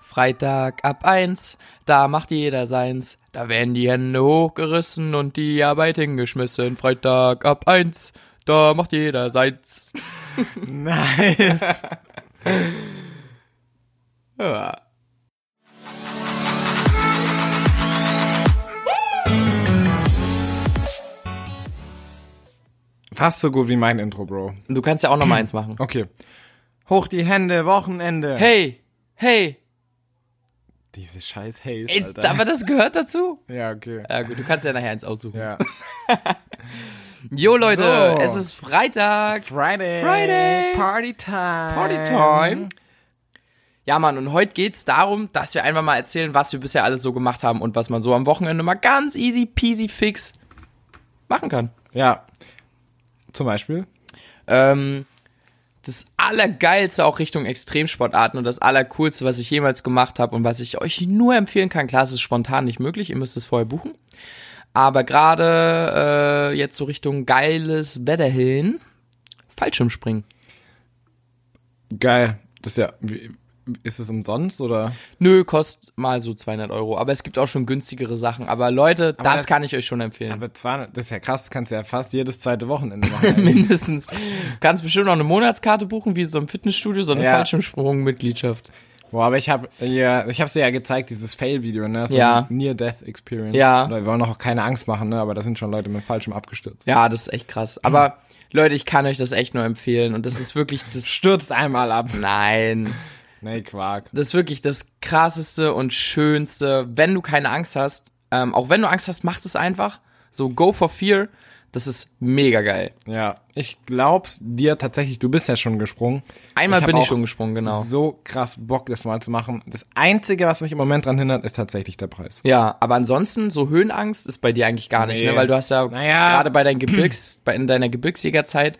Freitag ab eins, da macht jeder seins. Da werden die Hände hochgerissen und die Arbeit hingeschmissen. Freitag ab eins, da macht jeder seins. Nice. Ja. Fast so gut wie mein Intro, Bro. Du kannst ja auch noch mal eins machen. Okay. Hoch die Hände, Wochenende. Hey, hey, Diese scheiß Haze, ey, Alter. aber das gehört dazu. ja, okay. Ja gut, du kannst ja nachher eins aussuchen. Ja. Jo Leute, So. es ist Freitag. Friday. Friday. Party time. Party Time. Ja, Mann, und heute geht's darum, dass wir einfach mal erzählen, was wir bisher alles so gemacht haben und was man so am Wochenende mal ganz easy peasy fix machen kann. Ja. Zum Beispiel. Ähm, das Allergeilste auch Richtung Extremsportarten und das Allercoolste, was ich jemals gemacht habe und was ich euch nur empfehlen kann. Klar, es ist spontan nicht möglich, ihr müsst es vorher buchen. Aber gerade äh, jetzt so Richtung geiles Wetter hin, Fallschirmspringen. Geil. Das ist ja, wie, ist es umsonst oder? Nö, kostet mal so 200 Euro. Aber es gibt auch schon günstigere Sachen. Aber Leute, das, das- kann ich euch schon empfehlen. Aber 200, das ist ja krass, das kannst du ja fast jedes zweite Wochenende machen. eigentlich. Mindestens. Du kannst bestimmt noch eine Monatskarte buchen, wie so im Fitnessstudio, so eine Ja. Fallschirmsprung-Mitgliedschaft. Boah, aber ich habe ja, ich hab's dir ja gezeigt, dieses Fail-Video, ne? So Ja. Near-Death-Experience. Ja. Oder wir wollen auch keine Angst machen, ne? Aber da sind schon Leute mit Fallschirm abgestürzt. Ja, das ist echt krass. Aber Leute, ich kann euch das echt nur empfehlen. Und das ist wirklich das. Stürzt einmal ab. Nein. Nee, Quark. Das ist wirklich das krasseste und schönste, wenn du keine Angst hast. Ähm, auch wenn du Angst hast, mach es einfach. So, go for fear. Das ist mega geil. Ja, ich glaub's dir tatsächlich, du bist ja schon gesprungen. Einmal hab bin ich auch schon gesprungen, genau. So krass Bock, das mal zu machen. Das Einzige, was mich im Moment dran hindert, ist tatsächlich der Preis. Ja, aber ansonsten, so Höhenangst ist bei dir eigentlich gar nicht, Nee. ne? Weil du hast ja Naja. gerade bei deinen Gebirgs, bei, in deiner Gebirgsjägerzeit,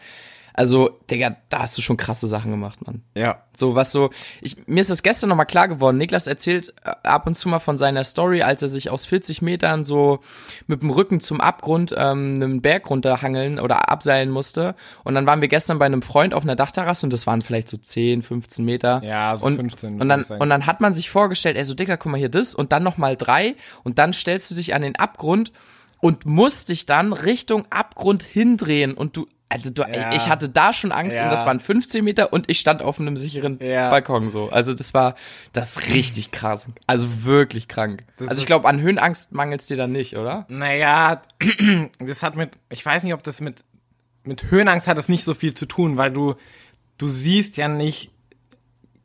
also, Digga, da hast du schon krasse Sachen gemacht, Mann. Ja. So was so, ich, mir ist das gestern nochmal klar geworden. Niklas erzählt äh, ab und zu mal von seiner Story, als er sich aus 40 Metern so mit dem Rücken zum Abgrund ähm, einen Berg runterhangeln oder abseilen musste. Und dann waren wir gestern bei einem Freund auf einer Dachterrasse und das waren vielleicht so 10, 15 Meter. Ja, so und, 15 Und würde dann, ich sagen. und dann hat man sich vorgestellt, ey, so Dicker, guck mal hier das und dann nochmal drei und dann stellst du dich an den Abgrund und musst dich dann Richtung Abgrund hindrehen und du, also du, Ja. ey, ich hatte da schon Angst Ja. und das waren 15 Meter und ich stand auf einem sicheren Ja. Balkon so. Also das war das ist richtig krass. Also wirklich krank. Das also ich ist- glaube, an Höhenangst mangelt's dir dann nicht, oder? Naja, das hat mit, ich weiß nicht, ob das mit, mit Höhenangst hat das nicht so viel zu tun, weil du, du siehst ja nicht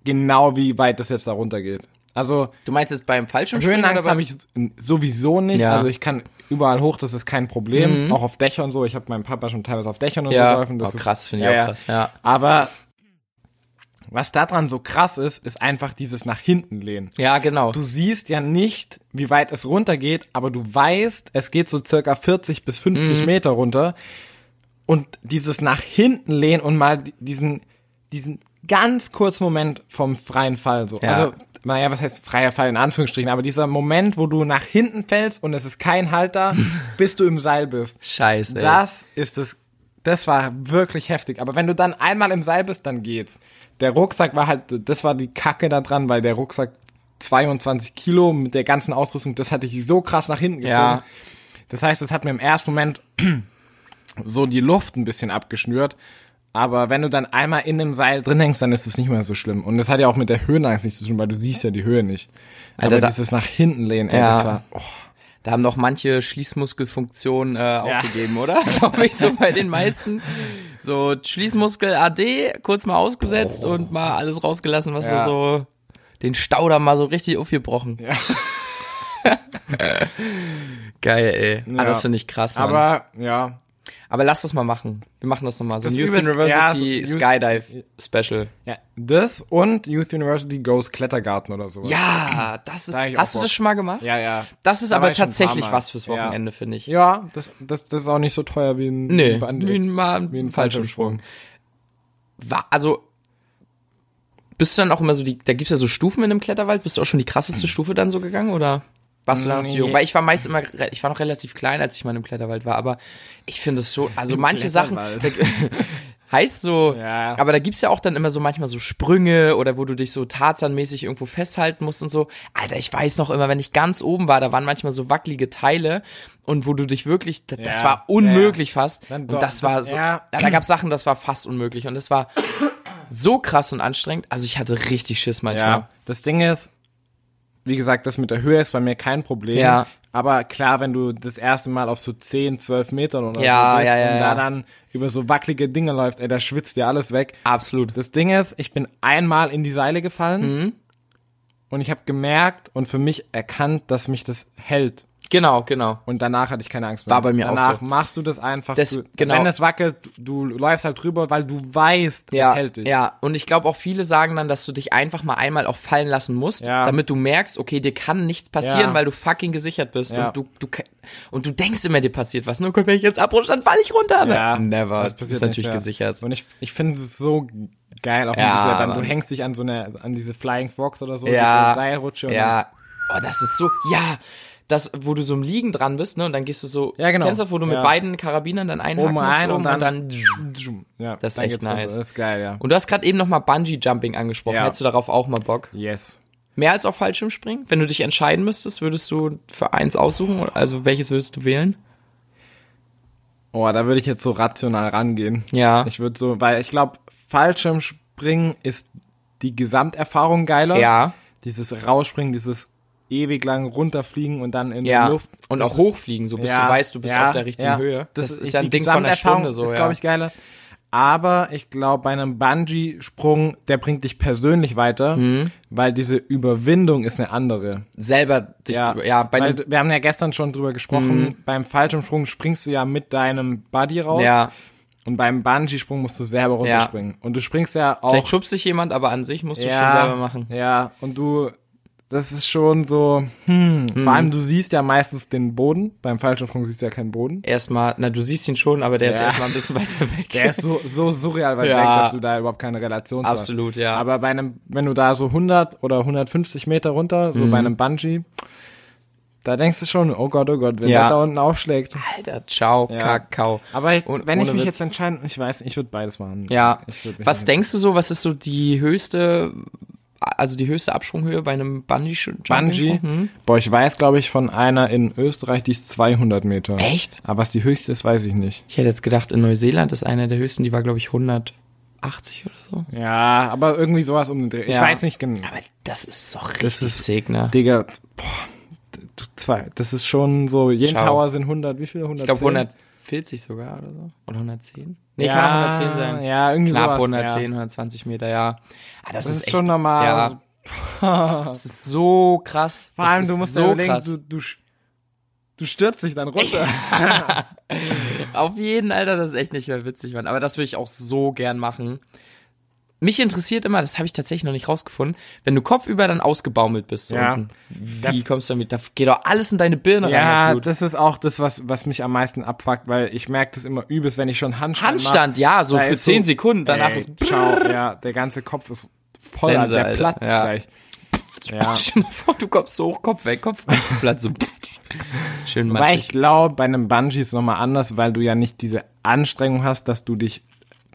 genau, wie weit das jetzt da runtergeht. Also, Du meinst jetzt beim Fallschirmspringen Höhenangst oder habe beim- ich sowieso nicht. Ja. Mhm. Also ich kann überall hoch, das ist kein Problem. Auch auf Dächern und so. Ich habe meinen Papa schon teilweise auf Dächern und Ja. so geholfen. Das Oh, ist- krass, finde ich auch krass, ja. Aber was daran so krass ist, ist einfach dieses nach hinten lehnen. Ja, genau. Du siehst ja nicht, wie weit es runtergeht, aber du weißt, es geht so circa 40 bis 50 Meter runter. Und dieses nach hinten lehnen und mal di- diesen, diesen ganz kurzen Moment vom freien Fall so. Ja. Also, naja, was heißt freier Fall in Anführungsstrichen, aber dieser Moment, wo du nach hinten fällst und es ist kein Halt da, bis du im Seil bist. Scheiße. ey. Das ist es. Das war wirklich heftig. Aber wenn du dann einmal im Seil bist, dann geht's. Der Rucksack war halt, das war die Kacke da dran, weil der Rucksack 22 Kilo mit der ganzen Ausrüstung, das hatte ich so krass nach hinten gezogen. Ja. Das heißt, es hat mir im ersten Moment so die Luft ein bisschen abgeschnürt. Aber wenn du dann einmal in dem Seil drin hängst, dann ist es nicht mehr so schlimm. Und das hat ja auch mit der Höhenangst nichts zu tun, weil du siehst ja die Höhe nicht. Alter, Aber da- dieses nach hinten lehnen, ey, Ja. das war, oh, Da haben doch manche Schließmuskelfunktionen äh, aufgegeben, oder? Glaube ich, so bei den meisten. So Schließmuskel AD, kurz mal ausgesetzt und mal alles rausgelassen, was da Ja. so den Stauder mal so richtig aufgebrochen. Ja. Geil, ey. Ah, Ja. das finde ich krass, Mann. Aber, aber ja, Aber lass das mal machen. Wir machen das nochmal. So Das Youth übelst- University ja, so Youth- Skydive Special. Ja, das und Youth University Goes Klettergarten oder sowas. Ja, das ist. Da hab ich auch Hast du Bock. das schon mal gemacht? ja, ja. Das ist Da war aber ich schon ein paar tatsächlich Mal. was fürs Wochenende, finde ich. Ja, ja das, das, das ist auch nicht so teuer wie ein Nee, Bungee. wie ein, mal wie ein ein Fallschirmsprung. War, also, bist du dann auch immer so, die, da gibt's ja so Stufen in dem Kletterwald, bist du auch schon die krasseste Stufe dann so gegangen oder warst du da noch zu Nee. jung? Weil ich war meist immer, re- ich war noch relativ klein, als ich mal im Kletterwald war, aber ich finde es so, also manche Sachen, Kletterwald. Heißt so, Ja. aber da gibt's ja auch dann immer so manchmal so Sprünge oder wo du dich so tarzanmäßig irgendwo festhalten musst und so. Alter, ich weiß noch immer, wenn ich ganz oben war, da waren manchmal so wackelige Teile und wo du dich wirklich, da- das Ja, war ja, ja. unmöglich fast. Dann und doch, das war das- so, ja. da gab's Sachen, das war fast unmöglich und das war so krass und anstrengend. Also ich hatte richtig Schiss manchmal. Ja. Das Ding ist, wie gesagt, das mit der Höhe ist bei mir kein Problem. Ja. Aber klar, wenn du das erste Mal auf so 10, 12 Metern oder Ja, so bist ja, ja, und ja. da dann über so wackelige Dinge läufst, ey, da schwitzt dir alles weg. Absolut. Das Ding ist, ich bin einmal in die Seile gefallen Mhm. und ich habe gemerkt und für mich erkannt, dass mich das hält. Genau, genau. Und danach hatte ich keine Angst mehr. War bei mir auch Danach so. machst du das einfach. Das- du, genau. Wenn es wackelt, du läufst halt drüber, weil du weißt, es Ja, hält dich. ja, und ich glaube auch viele sagen dann, dass du dich einfach mal einmal auch fallen lassen musst, Ja. damit du merkst, okay, dir kann nichts passieren, Ja. weil du fucking gesichert bist Ja. und du, du ke- und du denkst immer, dir passiert was. Nur gut, wenn ich jetzt abrutsche, dann falle ich runter. Ja, never. das Das passiert ist natürlich nicht, ja. gesichert. Und ich, ich finde es so geil, auch Ja, ja, diese, dann, du Mann. hängst dich an so eine, an diese Flying Fox oder so, Ja. diese Seilrutsche. Und Ja. Oh, das ist so, ja, das, wo du so im Liegen dran bist, ne, und dann gehst du so, Ja, genau. kennst du, das, wo du mit Ja. beiden Karabinern dann einhaken Oben musst ein und oben um, dann- und dann, zoom. ja, Das ist dann echt geht's runter. nice. Das ist geil, ja. Und du hast gerade eben nochmal Bungee-Jumping angesprochen. Ja. Hättest du darauf auch mal Bock? Yes. Mehr als auf Fallschirmspringen? Wenn du dich entscheiden müsstest, würdest du für eins aussuchen? Also welches würdest du wählen? Oh, da würde ich jetzt so rational rangehen. Ja. Ich würde so, weil ich glaube, Fallschirmspringen ist die Gesamterfahrung geiler. Ja. Dieses Rausspringen, dieses ewig lang runterfliegen und dann in Ja. die Luft. und Das auch ist- hochfliegen, so bis Ja, du weißt, du bist ja, auf der richtigen ja. Höhe. Das, ist ja die ein Ding von einer Gesamterfahrung Stunde so, Ist, ja. glaube ich, geiler. Aber ich glaube, bei einem Bungee-Sprung, der bringt dich persönlich weiter, Mhm. weil diese Überwindung ist eine andere. Selber dich zu, ja, bei Mhm. weil, einem, du- wir haben ja gestern schon drüber gesprochen, beim Fallschirmsprung springst du ja mit deinem Buddy raus. ja. Und beim Bungee-Sprung musst du selber runterspringen. Und du springst ja auch. Vielleicht schubst dich jemand, aber an sich musst du schon selber machen. Ja, und du, das ist schon so, hm, vor allem du siehst ja meistens den Boden. Beim Fallschirmsprung siehst du ja keinen Boden. Erstmal, na, du siehst ihn schon, aber der ist Ja. erstmal ein bisschen weiter weg. Der ist so, so surreal weit Ja. weg, dass du da überhaupt keine Relation zu Absolut, hast. ja. Aber bei einem, wenn du da so 100 oder 150 Meter runter, Mhm. so bei einem Bungee, da denkst du schon, oh Gott, oh Gott, wenn Ja. der da unten aufschlägt. Alter, ciao, Ja. Kakao. Aber ich, Und wenn ich ohne mich Witz. jetzt entscheiden, ich weiß, ich würde beides machen. Ja. Ich würd mich Was entscheiden. denkst du so, was ist so die höchste, also die höchste Absprunghöhe bei einem Bungee-Jumping? Bungee? Mhm. Boah, ich weiß, glaube ich, von einer in Österreich, die ist 200 Meter. Echt? Aber was die höchste ist, weiß ich nicht. Ich hätte jetzt gedacht, in Neuseeland ist einer der höchsten, die war, glaube ich, 180 oder so. Ja, aber irgendwie sowas um den Dreh. Ich Ja. weiß nicht genau. Aber das ist doch richtig ist- sick, ne? Digga, boah, du, zwei, das ist schon so, jeden Ciao. Tower sind 100, wie viel? 110? Ich glaube 140 sogar oder so. Oder 110? Nee, ja, kann auch 110 sein. Ja, irgendwie Knapp sowas. 110, Ja. 120 Meter, ja. Ah, das, Das ist, ist echt, schon normal. Ja. Das ist so krass. Vor das allem, ist du musst so ja überlegen, krass. du, du, sch- du stürzt dich dann runter. Auf jeden, Alter, das ist echt nicht mehr witzig, Mann. Aber das würde ich auch so gern machen. Mich interessiert immer, das habe ich tatsächlich noch nicht rausgefunden, wenn du kopfüber dann ausgebaumelt bist. So Ja. unten, wie kommst du damit? Da geht doch alles in deine Birne rein. ja, Blut. das ist auch das, was, was mich am meisten abfuckt, weil ich merke das immer übelst, wenn ich schon Handstand Handstand, ja, so Da für ist so- 10 Sekunden. Danach Also, Ey, ist ciao, ja, der ganze Kopf ist voll, Sense, Sense, der Alter, platzt ja. gleich. Ja. Stell dir mal vor, du kommst so hoch, Kopf weg, Kopf platt, so schön Weil ich matschig. glaube, bei einem Bungee ist es nochmal anders, weil du ja nicht diese Anstrengung hast, dass du dich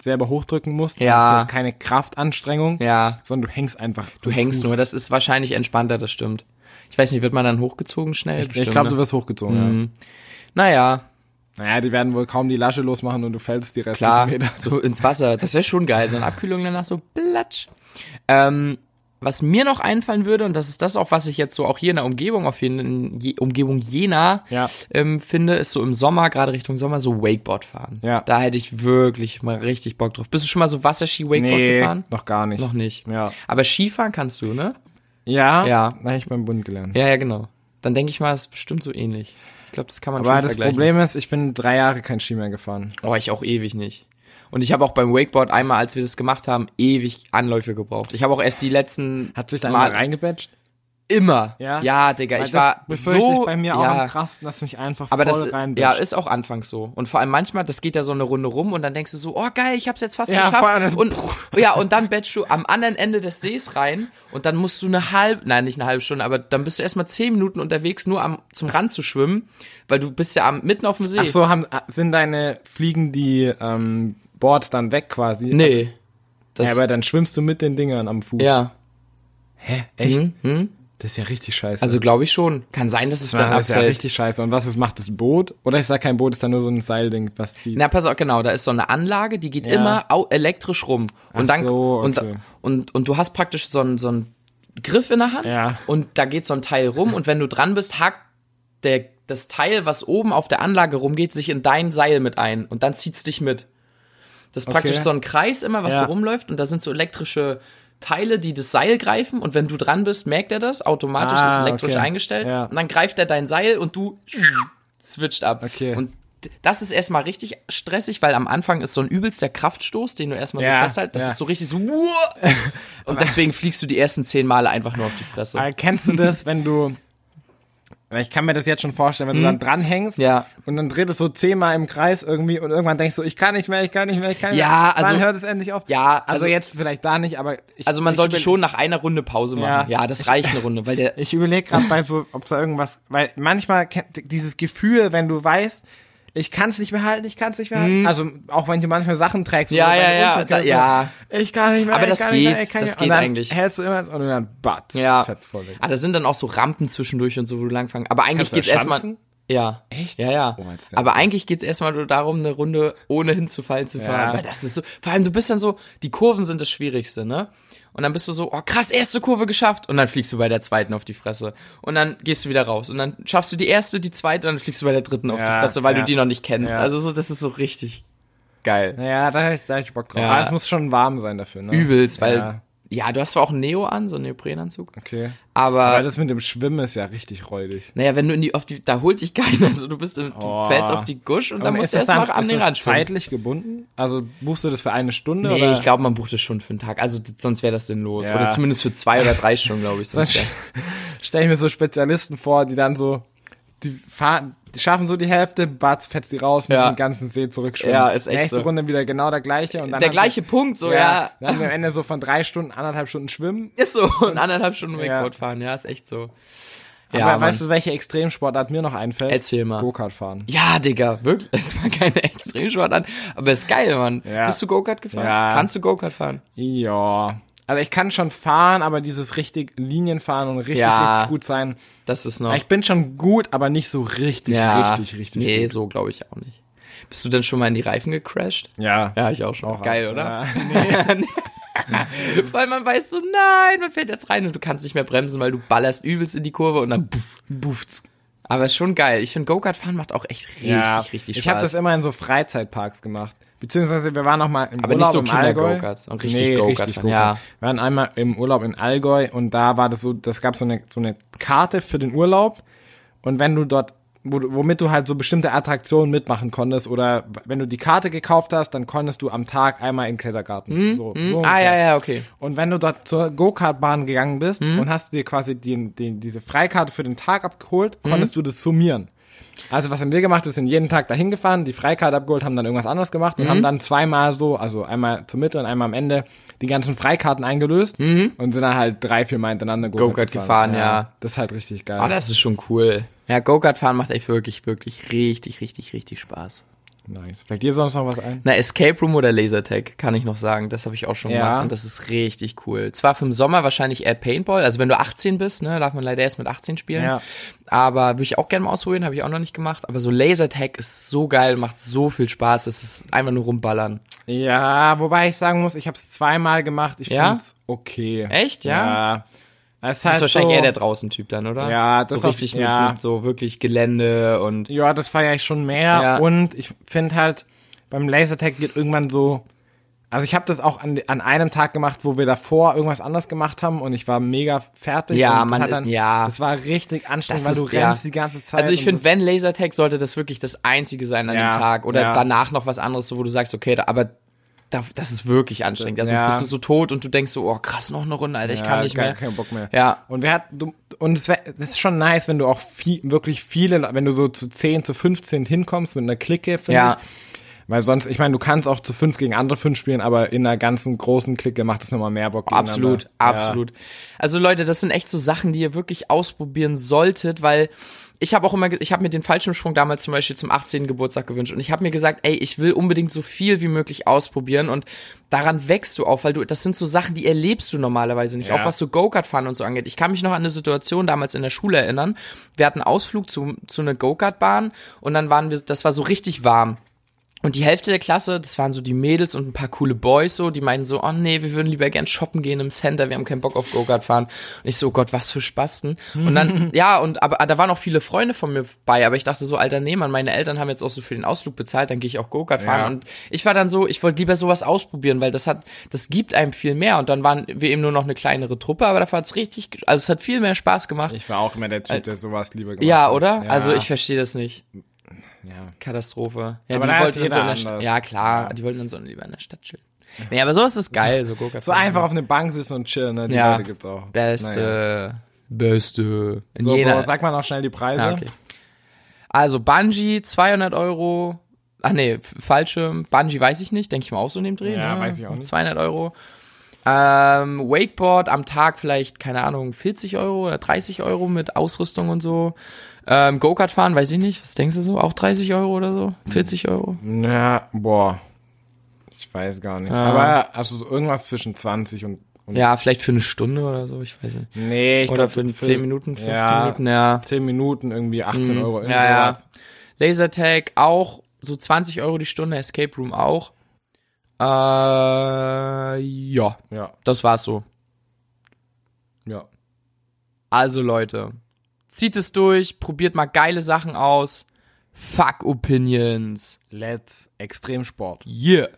selber hochdrücken musst. Ja. Das ist keine Kraftanstrengung, Ja, sondern du hängst einfach. du hängst nur, das ist wahrscheinlich entspannter, das stimmt. Ich weiß nicht, wird man dann hochgezogen schnell? Ich glaube, ne? du wirst hochgezogen, ja. Naja, Naja, die werden wohl kaum die Lasche losmachen und du fällst die restlichen klar, Meter. so ins Wasser, das wäre schon geil, so eine Abkühlung danach so platsch. Ähm, was mir noch einfallen würde, und das ist das auch, was ich jetzt so auch hier in der Umgebung, auf jeden, in Je Umgebung Jena Ja. ähm, finde, ist so im Sommer, gerade Richtung Sommer, so Wakeboard fahren. Ja. Da hätte ich wirklich mal richtig Bock drauf. Bist du schon mal so Wasserski-Wakeboard gefahren? noch gar nicht. Noch nicht. Ja. Aber Skifahren kannst du, ne? Ja, Ja. da habe ich beim Bund gelernt. Ja, ja, genau. Dann denke ich mal, ist bestimmt so ähnlich. Ich glaube, das kann man Aber schon das vergleichen. Problem ist, ich bin drei Jahre kein Ski mehr gefahren. Oh, ich auch ewig nicht. Und ich habe auch beim Wakeboard einmal, als wir das gemacht haben, ewig Anläufe gebraucht. Ich habe auch erst die letzten Hat sich dann Mal mal reingebatcht? immer. Ja? ja, Digga, Weil ich war das befürchte so ich bei mir auch ja, am krassten, dass mich einfach aber das voll ja, reinbatcht. ist auch anfangs so. Und vor allem manchmal, das geht ja so eine Runde rum und dann denkst du so, oh geil, ich hab's jetzt fast Ja, vor allem geschafft. das- Und, ja, und dann batchst du am anderen Ende des Sees rein und dann musst du eine halbe, nein, nicht eine halbe Stunde, aber dann bist du erstmal zehn Minuten unterwegs, nur am, zum Rand zu schwimmen, weil du bist ja am, mitten auf dem See. Ach so, haben, sind deine Fliegen die ähm, Board dann weg quasi. Nee. Also, ja, Das, aber dann schwimmst du mit den Dingern am Fuß. ja. Hä? Echt? Hm? Hm? Das ist ja richtig scheiße. Also glaube ich schon. Kann sein, dass es dann Na, das ist ja abfällt. richtig scheiße. Und was es macht, das Boot? Oder ich sag kein Boot, ist dann nur so ein Seilding, was die. Na, pass auf, genau, da ist so eine Anlage, die geht Ja. immer au elektrisch rum. Und Ach dann so, und, okay. und, und du hast praktisch so einen, so einen Griff in der Hand Ja. und da geht so ein Teil rum und wenn du dran bist, hakt der, das Teil, was oben auf der Anlage rumgeht, sich in dein Seil mit ein und dann zieht's dich mit. Das ist praktisch Okay. so ein Kreis immer, was Ja. so rumläuft und da sind so elektrische Teile, die das Seil greifen und wenn du dran bist, merkt er das automatisch, Ah, ist elektrisch okay. eingestellt Ja. und dann greift er dein Seil und du switcht ab. Okay. Und d- das ist erstmal richtig stressig, weil am Anfang ist so ein übelster Kraftstoß, den du erstmal Ja, so festhältst. Das ja. ist so richtig so. "Uah!" Und deswegen fliegst du die ersten zehn Male einfach nur auf die Fresse. Aber Äh, kennst du das, wenn du. Ich kann mir das jetzt schon vorstellen, wenn du dann dranhängst Hm. Ja. und dann dreht es so zehnmal im Kreis irgendwie und irgendwann denkst du, ich kann nicht mehr, ich kann nicht mehr, ich kann nicht Ja, mehr. also- Dann hört es endlich auf. Ja, also, also- jetzt vielleicht da nicht, aber ich, Also man ich sollte überle- schon nach einer Runde Pause machen. Ja. Ja, das reicht eine Runde, weil der. Ich überlege gerade bei so, ob es da irgendwas, weil manchmal kennt- dieses Gefühl, wenn du weißt, ich kann es nicht mehr halten, ich kann es nicht mehr halten. Also auch wenn du manchmal Sachen trägst. Hm. Ja, oder bei ja, den ja, Unfällen da- kannst du- ja. Ich kann nicht mehr. Aber ich das kann nicht mehr, geht, ich kann das nicht geht mehr. und dann eigentlich. Hältst du immer und dann batz. Ja. fällt's voll weg. Ah, da sind dann auch so Rampen zwischendurch und so, wo du langfangen. Aber eigentlich Kannst du da geht's erstmal. schanzen? Ja. Echt? Ja, ja. Oh, das ist ja Aber eigentlich geht's erstmal nur darum, eine Runde ohne hinzufallen zu fahren. Weil das ist so, vor allem du bist dann so, die Kurven sind das Schwierigste, ne? Und dann bist du so, oh krass, erste Kurve geschafft. Und dann fliegst du bei der zweiten auf die Fresse. Und dann gehst du wieder raus. Und dann schaffst du die erste, die zweite, und dann fliegst du bei der dritten auf die Ja, Fresse, weil ja. du die noch nicht kennst. Ja. Also so, das ist so richtig geil. Ja, da, da hab ich Bock drauf. Ja. Aber es muss schon warm sein dafür, ne? Übelst, weil, Ja. ja. du hast zwar auch einen Neo an, so einen Neoprenanzug. Okay. Aber Weil das mit dem Schwimmen ist ja richtig räudig. Naja, wenn du in die, auf die, da holt dich keiner. Also du bist, im, du Oh. fällst auf die Gusch und dann Aber musst ist du das erst mal an ist den das Rand schwimmen. zeitlich gebunden? Also buchst du das für eine Stunde? Nee, oder? ich glaube, man bucht das schon für einen Tag. Also d- sonst wäre das sinnlos. Ja. Oder zumindest für zwei oder drei Stunden, glaube ich. Dann Sonst wär- stelle ich mir so Spezialisten vor, die dann so, die fahren, die schaffen so die Hälfte, Bart fetzt die raus, müssen Ja. den ganzen See zurückschwimmen. Ja, ist echt Nächste so. Runde wieder genau der gleiche und dann Der haben gleiche wir, Punkt, so, ja, ja. Dann haben wir am Ende so von drei Stunden, anderthalb Stunden schwimmen. Ist so. Und anderthalb Stunden Ja. Wakeboard fahren, ja, ist echt so. Ja, Ja, Aber Mann. weißt du, welche Extremsportart mir noch einfällt? Erzähl mal. Go-Kart fahren. ja, Digga, wirklich. Es war keine Extremsport an. Aber ist geil, Mann. Ja. Bist du Go-Kart gefahren? Ja. Kannst du Go-Kart fahren? Ja. Also ich kann schon fahren, aber dieses richtig Linien fahren und richtig, Ja. richtig gut sein. Das ist noch. Ich bin schon gut, aber nicht so richtig, ja. richtig, richtig Nee, gut. so glaube ich auch nicht. Bist du denn schon mal in die Reifen gecrashed? Ja. Ja, ich auch schon. Auch Geil, ab- oder? Ja. Weil man weiß so, nein, man fällt jetzt rein und du kannst nicht mehr bremsen, weil du ballerst übelst in die Kurve und dann buff, buffts. Aber ist schon geil. Ich finde, Go-Kart-Fahren macht auch echt richtig, richtig Spaß. Ich habe das immer in so Freizeitparks gemacht. Beziehungsweise wir waren noch mal im Aber Urlaub nicht so im Allgäu. Kinder-Go-Karts und richtig Go-Kart richtig fahren, ja. Wir waren einmal im Urlaub in Allgäu und da war das so, das gab so eine so eine Karte für den Urlaub und wenn du dort wo, du- womit du halt so bestimmte Attraktionen mitmachen konntest oder wenn du die Karte gekauft hast, dann konntest du am Tag einmal in den Klettergarten. so, so ah, ungefähr. ja, ja, okay. Und wenn du dort zur Go-Kart-Bahn gegangen bist Mhm. und hast dir quasi die, die, diese Freikarte für den Tag abgeholt, Mhm. konntest du das summieren. Also was haben wir gemacht? Wir sind jeden Tag dahin gefahren, die Freikarte abgeholt, haben dann irgendwas anderes gemacht und Mhm. haben dann zweimal so, also einmal zur Mitte und einmal am Ende, die ganzen Freikarten eingelöst und sind dann halt drei, vier Mal hintereinander Mhm. Go-Kart gefahren, ja. Das ist halt richtig geil. Ah, das ist schon cool. Ja, Go-Kart-Fahren macht echt wirklich, wirklich richtig, richtig, richtig Spaß. nice. Fällt dir sonst noch was ein? Na, Escape Room oder Lasertag, kann ich noch sagen. Das habe ich auch schon Ja. gemacht und das ist richtig cool. Zwar für im Sommer wahrscheinlich eher Paintball, also wenn du 18 bist, ne, darf man leider erst mit 18 spielen. Ja. Aber würde ich auch gerne mal ausprobieren, habe ich auch noch nicht gemacht. Aber so Lasertag ist so geil, macht so viel Spaß. Es ist einfach nur rumballern. Ja, wobei ich sagen muss, ich habe es zweimal gemacht. Ich Ja? find's okay. Echt? Ja? Ja. Es Das ist halt ist wahrscheinlich so, eher der draußen Typ dann, oder? Ja, das so auf- richtig mit, ja. mit so wirklich Gelände und Ja, das feiere ich schon mehr. Ja. Und ich finde halt, beim Lasertag geht irgendwann so. Also ich habe das auch an, an einem Tag gemacht, wo wir davor irgendwas anders gemacht haben und ich war mega fertig. Ja, und das man- hat dann, ja. Das war richtig anstrengend, Das weil du ist- ja. rennst die ganze Zeit. Also ich und finde, das- wenn Lasertag sollte das wirklich das einzige sein an Ja, dem Tag oder ja. danach noch was anderes, so wo du sagst, okay, da, aber da, das ist wirklich anstrengend. Also Ja. sonst bist du so tot und du denkst so, oh krass, noch eine Runde, Alter, ich Ja, kann nicht gar mehr. keinen Bock mehr. Ja. Und wer hat, du, und es, wär, es ist schon nice, wenn du auch viel, wirklich viele, wenn du so zu 10, zu 15 hinkommst mit einer Clique, finde Ja. ich. Weil sonst, ich meine, du kannst auch zu fünf gegen andere fünf spielen, aber in einer ganzen großen Clique macht es nochmal mehr Bock. Absolut, gegeneinander. absolut. Also Leute, das sind echt so Sachen, die ihr wirklich ausprobieren solltet, weil ich habe auch immer, ge- ich habe mir den Fallschirmsprung damals zum Beispiel zum 18. Geburtstag gewünscht und ich habe mir gesagt, ey, ich will unbedingt so viel wie möglich ausprobieren und daran wächst du auch, weil du, das sind so Sachen, die erlebst du normalerweise nicht, Ja. auch was so Go-Kart fahren und so angeht. Ich kann mich noch an eine Situation damals in der Schule erinnern. Wir hatten einen Ausflug zu, zu einer Go-Kart-Bahn und dann waren wir, das war so richtig warm. Und die Hälfte der Klasse, das waren so die Mädels und ein paar coole Boys so, die meinten so, oh nee, wir würden lieber gern shoppen gehen im Center, wir haben keinen Bock auf Go-Kart fahren. Und ich so, "Oh Gott, was für Spasten. Und dann, ja, und aber ah, da waren auch viele Freunde von mir bei, aber ich dachte so, alter nee, Mann, meine Eltern haben jetzt auch so für den Ausflug bezahlt, dann gehe ich auch Go-Kart fahren. Ja. Und ich war dann so, ich wollte lieber sowas ausprobieren, weil das hat, das gibt einem viel mehr. Und dann waren wir eben nur noch eine kleinere Truppe, aber da war es richtig, also es hat viel mehr Spaß gemacht. Ich war auch immer der Typ, der sowas lieber gemacht Äh, ja, hat. oder? Ja. Also ich verstehe das nicht. Ja. Katastrophe. Ja, Aber die da ist wollten uns jeder so in der Stadt. anders. Ja, klar, die wollten uns so lieber in der Stadt chillen. Nee, aber sowas ist geil, so Go-Kart. So einfach auf eine Bank sitzen und chillen, ne? Die Ja. Leute gibt's auch. Naja. Beste. Beste. In So, Jena. Bro, sag mal noch schnell die Preise. Ah, okay. Also Bungee 200 Euro. Ach nee, F- Fallschirm. Bungee weiß ich nicht, denke ich mal auch so in dem Dreh. Ja, ne? weiß ich auch nicht. 200 Euro. Ähm, Wakeboard am Tag vielleicht, keine Ahnung, 40 Euro oder 30 Euro mit Ausrüstung und so. Ähm, Go-Kart fahren, weiß ich nicht. Was denkst du so? Auch 30 Euro oder so? 40 Euro? Mhm. Na, boah. Ich weiß gar nicht. Ah. Aber also so irgendwas zwischen 20 und. und Ja, vielleicht für eine Stunde oder so, ich weiß nicht. Nee, ich Oder glaub, für 10 Minuten, 15 ja, Minuten, ja. 10 Minuten irgendwie 18 Euro. Irgendwie Mhm. ja, ja. sowas. Lasertag auch, so 20 Euro die Stunde, Escape Room auch. Äh, ja, ja. das war's so. Ja. Also Leute, zieht es durch, probiert mal geile Sachen aus. Fuck Opinions. Let's Extremsport. Yeah.